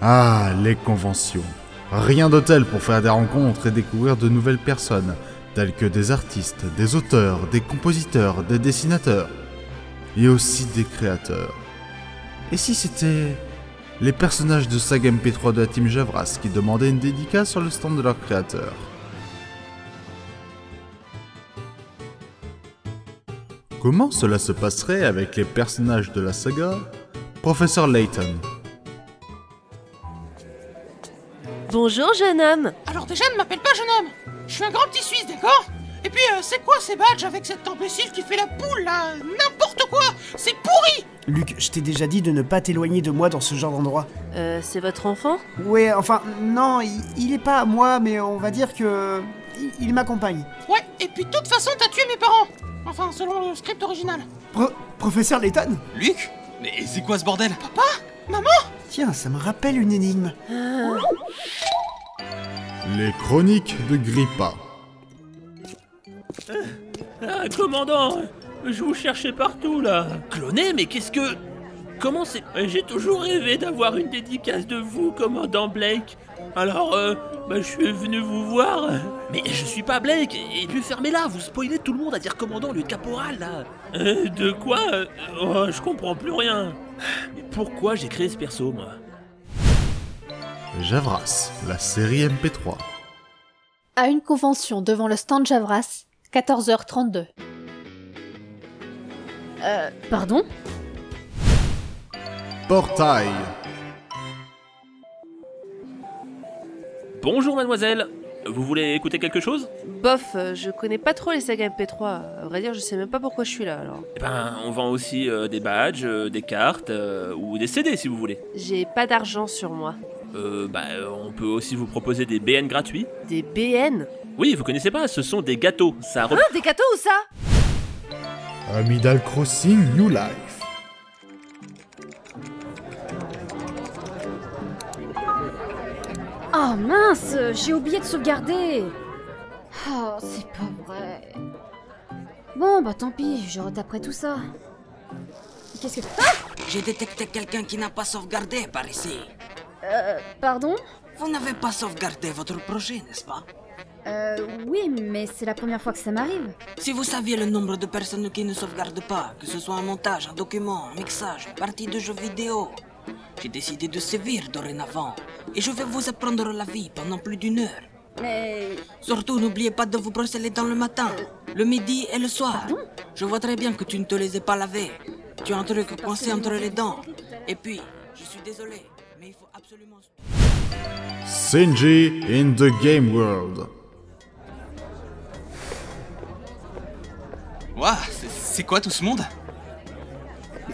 Ah, les conventions. Rien de tel pour faire des rencontres et découvrir de nouvelles personnes, telles que des artistes, des auteurs, des compositeurs, des dessinateurs, et aussi des créateurs. Et si c'était les personnages de Saga MP3 de la team Javras qui demandaient une dédicace sur le stand de leur créateur Comment cela se passerait avec les personnages de la saga Professeur Layton, Bonjour jeune homme Alors déjà, ne m'appelle pas jeune homme Je suis un grand petit Suisse, d'accord Et puis, euh, c'est quoi ces badges avec cette imbécile qui fait la poule, là N'importe quoi C'est pourri Luc, je t'ai déjà dit de ne pas t'éloigner de moi dans ce genre d'endroit. Euh, c'est votre enfant Ouais, enfin, non, il, il est pas à moi, mais on va dire que. Il, il m'accompagne. Ouais, et puis de toute façon, t'as tué mes parents Enfin, selon le script original. Pro- professeur Layton Luc Mais c'est quoi ce bordel Tiens, ça me rappelle une énigme. Ah, les chroniques de Grippa. Ah, commandant Je vous cherchais partout, là Cloné, mais qu'est-ce que... Comment c'est... Euh, J'ai toujours rêvé d'avoir une dédicace de vous, commandant Blake. Alors, euh, bah, je suis venu vous voir. Mais je suis pas Blake Et puis fermez-la, vous spoilez tout le monde à dire commandant le caporal, là Euh, De quoi Euh, oh, Je comprends plus rien. Mais pourquoi j'ai créé ce perso, moi Javras, la série MP3. À une convention devant le stand Javras, 14h32. Euh, pardon Portail. Bonjour, mademoiselle Vous voulez écouter quelque chose bof, euh, je connais pas trop les sagas MP3. À vrai dire, je sais même pas pourquoi je suis là alors. Eh ben, on vend aussi euh, des badges, euh, des cartes, euh, ou des CD, si vous voulez. J'ai pas d'argent sur moi. Euh, bah, euh, on peut aussi vous proposer des BN gratuits. Des BN Oui, vous connaissez pas, ce sont des gâteaux. Ça re- Hein, des gâteaux ou ça Amidal Crossing New Life. Oh mince, j'ai oublié de sauvegarder. Oh, c'est pas vrai. Bon, bah tant pis, je retaperai tout ça. Qu'est-ce que... Ah J'ai détecté quelqu'un qui n'a pas sauvegardé par ici. Euh, pardon Vous n'avez pas sauvegardé votre projet, n'est-ce pas Euh, oui, mais c'est la première fois que ça m'arrive. Si vous saviez le nombre de personnes qui ne sauvegardent pas, que ce soit un montage, un document, un mixage, une partie de jeu vidéo, j'ai décidé de sévir dorénavant. Et je vais vous apprendre la vie pendant plus d'une heure. Mais... Surtout, n'oubliez pas de vous brosser les dents le matin, le midi et le Ah soir. je vois très bien que tu ne te les as pas lavées. Tu as un truc coincé entre les dents. Et puis, je suis désolé, mais il faut absolument... Senji in the Game World. Ouah, c'est- c'est quoi tout ce monde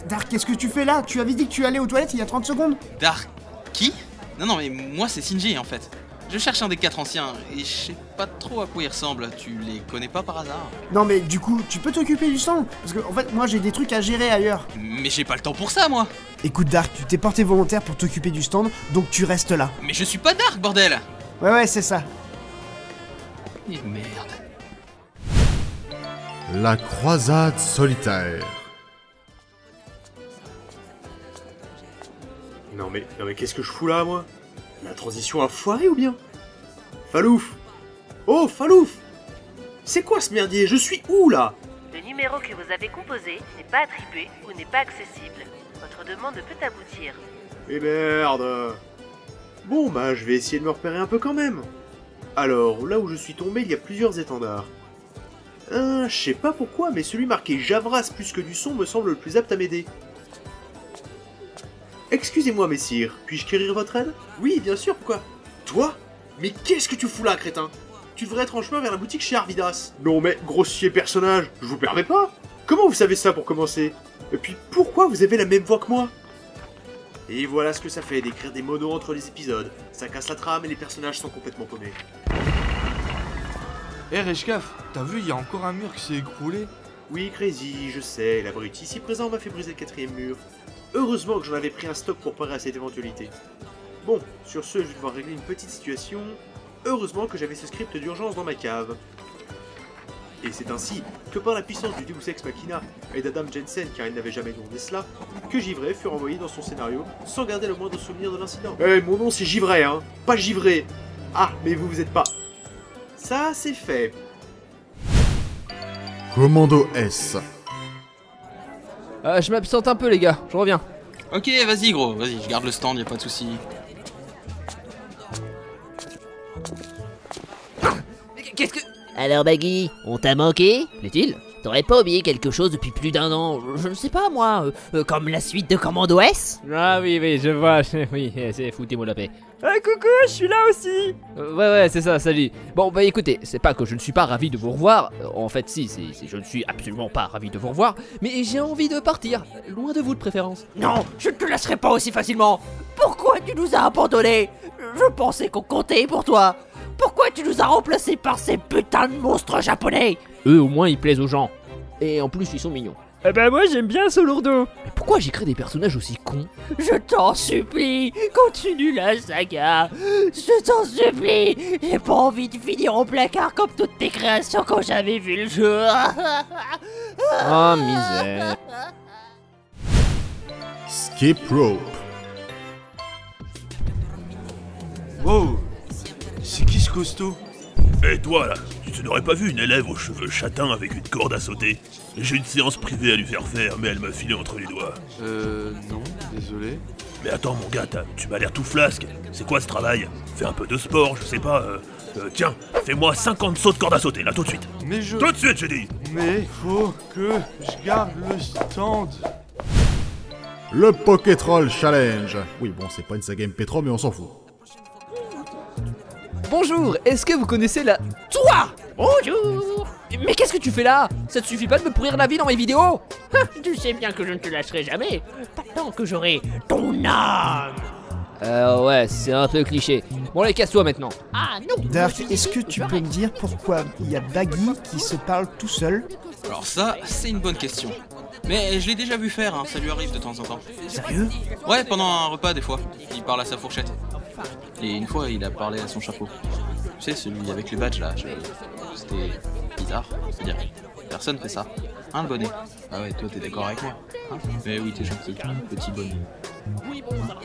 Dark, qu'est-ce que tu fais là Tu avais dit que tu allais aux toilettes il y a 30 secondes Dark... Qui Non, non, mais moi c'est Shinji en fait. Je cherche un des quatre anciens et je sais pas trop à quoi ils ressemblent. Tu les connais pas par hasard Non, mais du coup, tu peux t'occuper du sang Parce que, en fait, moi j'ai des trucs à gérer ailleurs. Mais j'ai pas le temps pour ça, moi Écoute, Dark, tu t'es porté volontaire pour t'occuper du stand, donc tu restes là. Mais je suis pas Dark, bordel Ouais, ouais, c'est ça. Et merde. La croisade solitaire. Non mais, non mais qu'est-ce que je fous là, moi La transition a foiré ou bien Falouf Oh, Falouf C'est quoi ce merdier Je suis où, là Le numéro que vous avez composé n'est pas attribué ou n'est pas accessible. Votre demande peut aboutir. Et Eh merde Bon, bah, je vais essayer de me repérer un peu quand même. Alors, là où je suis tombé, il y a plusieurs étendards. Un, je sais pas pourquoi, mais celui marqué Javras plus que du son me semble le plus apte à m'aider. Excusez-moi, messire, puis-je quérir votre aide Oui, bien sûr, pourquoi Toi Mais qu'est-ce que tu fous là, crétin Tu devrais être en chemin vers la boutique chez Arvidas. Non mais, grossier personnage, je vous permets pas Comment vous savez ça pour commencer Et puis, pourquoi vous avez la même voix que moi et voilà ce que ça fait d'écrire des monos entre les épisodes. Ça casse la trame et les personnages sont complètement paumés. Eh Reshkaf, t'as vu, il y a encore un mur qui s'est écroulé Oui, Crazy, je sais, l'abruti ici présent m'a fait briser le quatrième mur. Heureusement que j'en avais pris un stock pour parer à cette éventualité. Bon, sur ce, je vais devoir régler une petite situation. Heureusement que j'avais ce script d'urgence dans ma cave. Et c'est ainsi que par la puissance du Deus Ex Machina et d'Adam Jensen, car il n'avait jamais demandé cela, que Givray fut renvoyé dans son scénario sans garder le moindre souvenir de l'incident. Eh, mon nom c'est Givray, hein Pas Givré Ah, mais vous, vous êtes pas Ça, c'est fait Commando S. Euh, je m'absente un peu, les gars, je reviens. Ok, vas-y gros, vas-y, je garde le stand, y a pas de souci. Qu'est-ce que. Alors, Baggy, on t'a manqué Plaît-il T'aurais pas oublié quelque chose depuis plus d'un an Je ne sais pas, moi. euh, euh, comme la suite de Commando S Ah oui, oui, je vois, oui, eh, c'est foutez-moi la paix. Eh, coucou, je suis là aussi Euh, ouais, ouais, c'est ça, salut. Bon, bah écoutez, c'est pas que je ne suis pas ravi de vous revoir. euh, en fait, si, c'est- c'est- je ne suis absolument pas ravi de vous revoir. Mais j'ai envie de partir. Loin de vous de préférence. Non, je ne te lâcherai pas aussi facilement Pourquoi tu nous as abandonnés Je pensais qu'on comptait pour toi Pourquoi tu nous as remplacés par ces putains de monstres japonais Eux, au moins, ils plaisent aux gens. Et en plus, ils sont mignons. Eh ben moi j'aime bien ce lourdeau Mais pourquoi j'ai créé des personnages aussi cons Je t'en supplie, continue la saga Je t'en supplie J'ai pas envie de finir au placard comme toutes tes créations quand j'avais vu le jeu Ah, misère. Skip Rope. Wow C'est qui ce costaud Et toi là, tu te n'aurais pas vu une élève aux cheveux châtains avec une corde à sauter J'ai une séance privée à lui faire faire, mais elle m'a filé entre les doigts. Euh. Non, désolé. Mais attends mon gars, t'as- tu m'as l'air tout flasque. C'est quoi ce travail Fais un peu de sport, je sais pas. euh, euh, tiens, fais-moi 50 sauts de corde à sauter, là, tout de suite. Mais je. Tout de suite, j'ai dit Mais faut que je garde le stand Le Pokétroll Challenge. Oui, bon, c'est pas une saga MP3, mais on s'en fout. Bonjour, est-ce que vous connaissez la... Toi Bonjour Mais qu'est-ce que tu fais là Ça te suffit pas de me pourrir la vie dans mes vidéos Tu sais bien que je ne te lâcherai jamais Pas tant que j'aurai ton âme Euh ouais, c'est un peu cliché. Bon allez, casse-toi maintenant. Ah non Dark, est-ce que tu peux me dire pourquoi il y a Baggy qui se parle tout seul Alors ça, c'est une bonne question. Mais je l'ai déjà vu faire, hein, ça lui arrive de temps en temps. Sérieux Ouais, pendant un repas des fois, il parle à sa fourchette. Et une fois, il a parlé à son chapeau. Tu sais, celui avec les badges là, je- c'était bizarre. C'est-à-dire, personne fait ça. Hein, le bonnet Ah ouais, toi t'es d'accord avec moi hein Mais oui, t'es gentil, petit bonnet.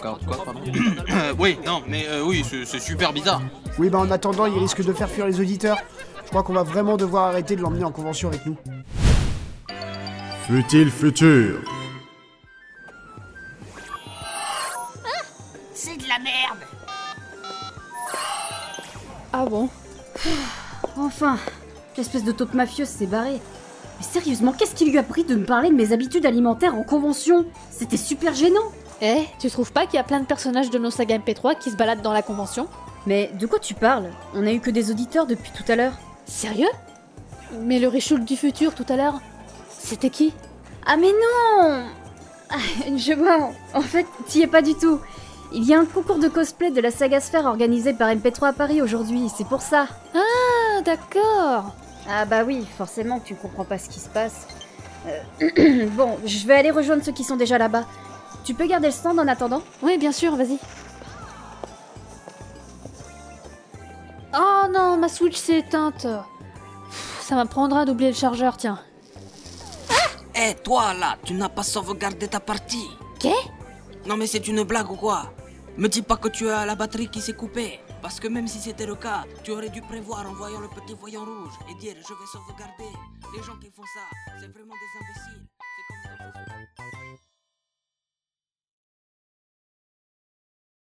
Quoi, quoi, pardon Euh, Oui, non, mais euh, oui, c'est c'est super bizarre. Oui, bah en attendant, il risque de faire fuir les auditeurs. Je crois qu'on va vraiment devoir arrêter de l'emmener en convention avec nous. Futile Futur. C'est de la merde Ah bon Enfin, l'espèce de taupe mafieuse s'est barrée. Mais sérieusement, qu'est-ce qui lui a pris de me parler de mes habitudes alimentaires en convention C'était super gênant Eh, tu trouves pas qu'il y a plein de personnages de nos sagas MP3 qui se baladent dans la convention Mais de quoi tu parles On a eu que des auditeurs depuis tout à l'heure. Sérieux Mais le Richoul du futur tout à l'heure, c'était qui Ah mais non Ah, Je vois, en fait, t'y es pas du tout. Il y a un concours de cosplay de la saga Sphère organisé par MP3 à Paris aujourd'hui, c'est pour ça. Ah, d'accord Ah bah oui, forcément, tu comprends pas ce qui se passe. Euh, bon, je vais aller rejoindre ceux qui sont déjà là-bas. Tu peux garder le stand en attendant Oui, bien sûr, vas-y. Oh non, ma Switch s'est éteinte Pff, Ça m'apprendra d'oublier le chargeur, tiens. Eh toi là, tu n'as pas sauvegardé ta partie. Qu'est Non mais c'est une blague ou quoi Me dis pas que tu as la batterie qui s'est coupée. Parce que même si c'était le cas, tu aurais dû prévoir en voyant le petit voyant rouge et dire je vais sauvegarder. Les gens qui font ça, c'est vraiment des imbéciles.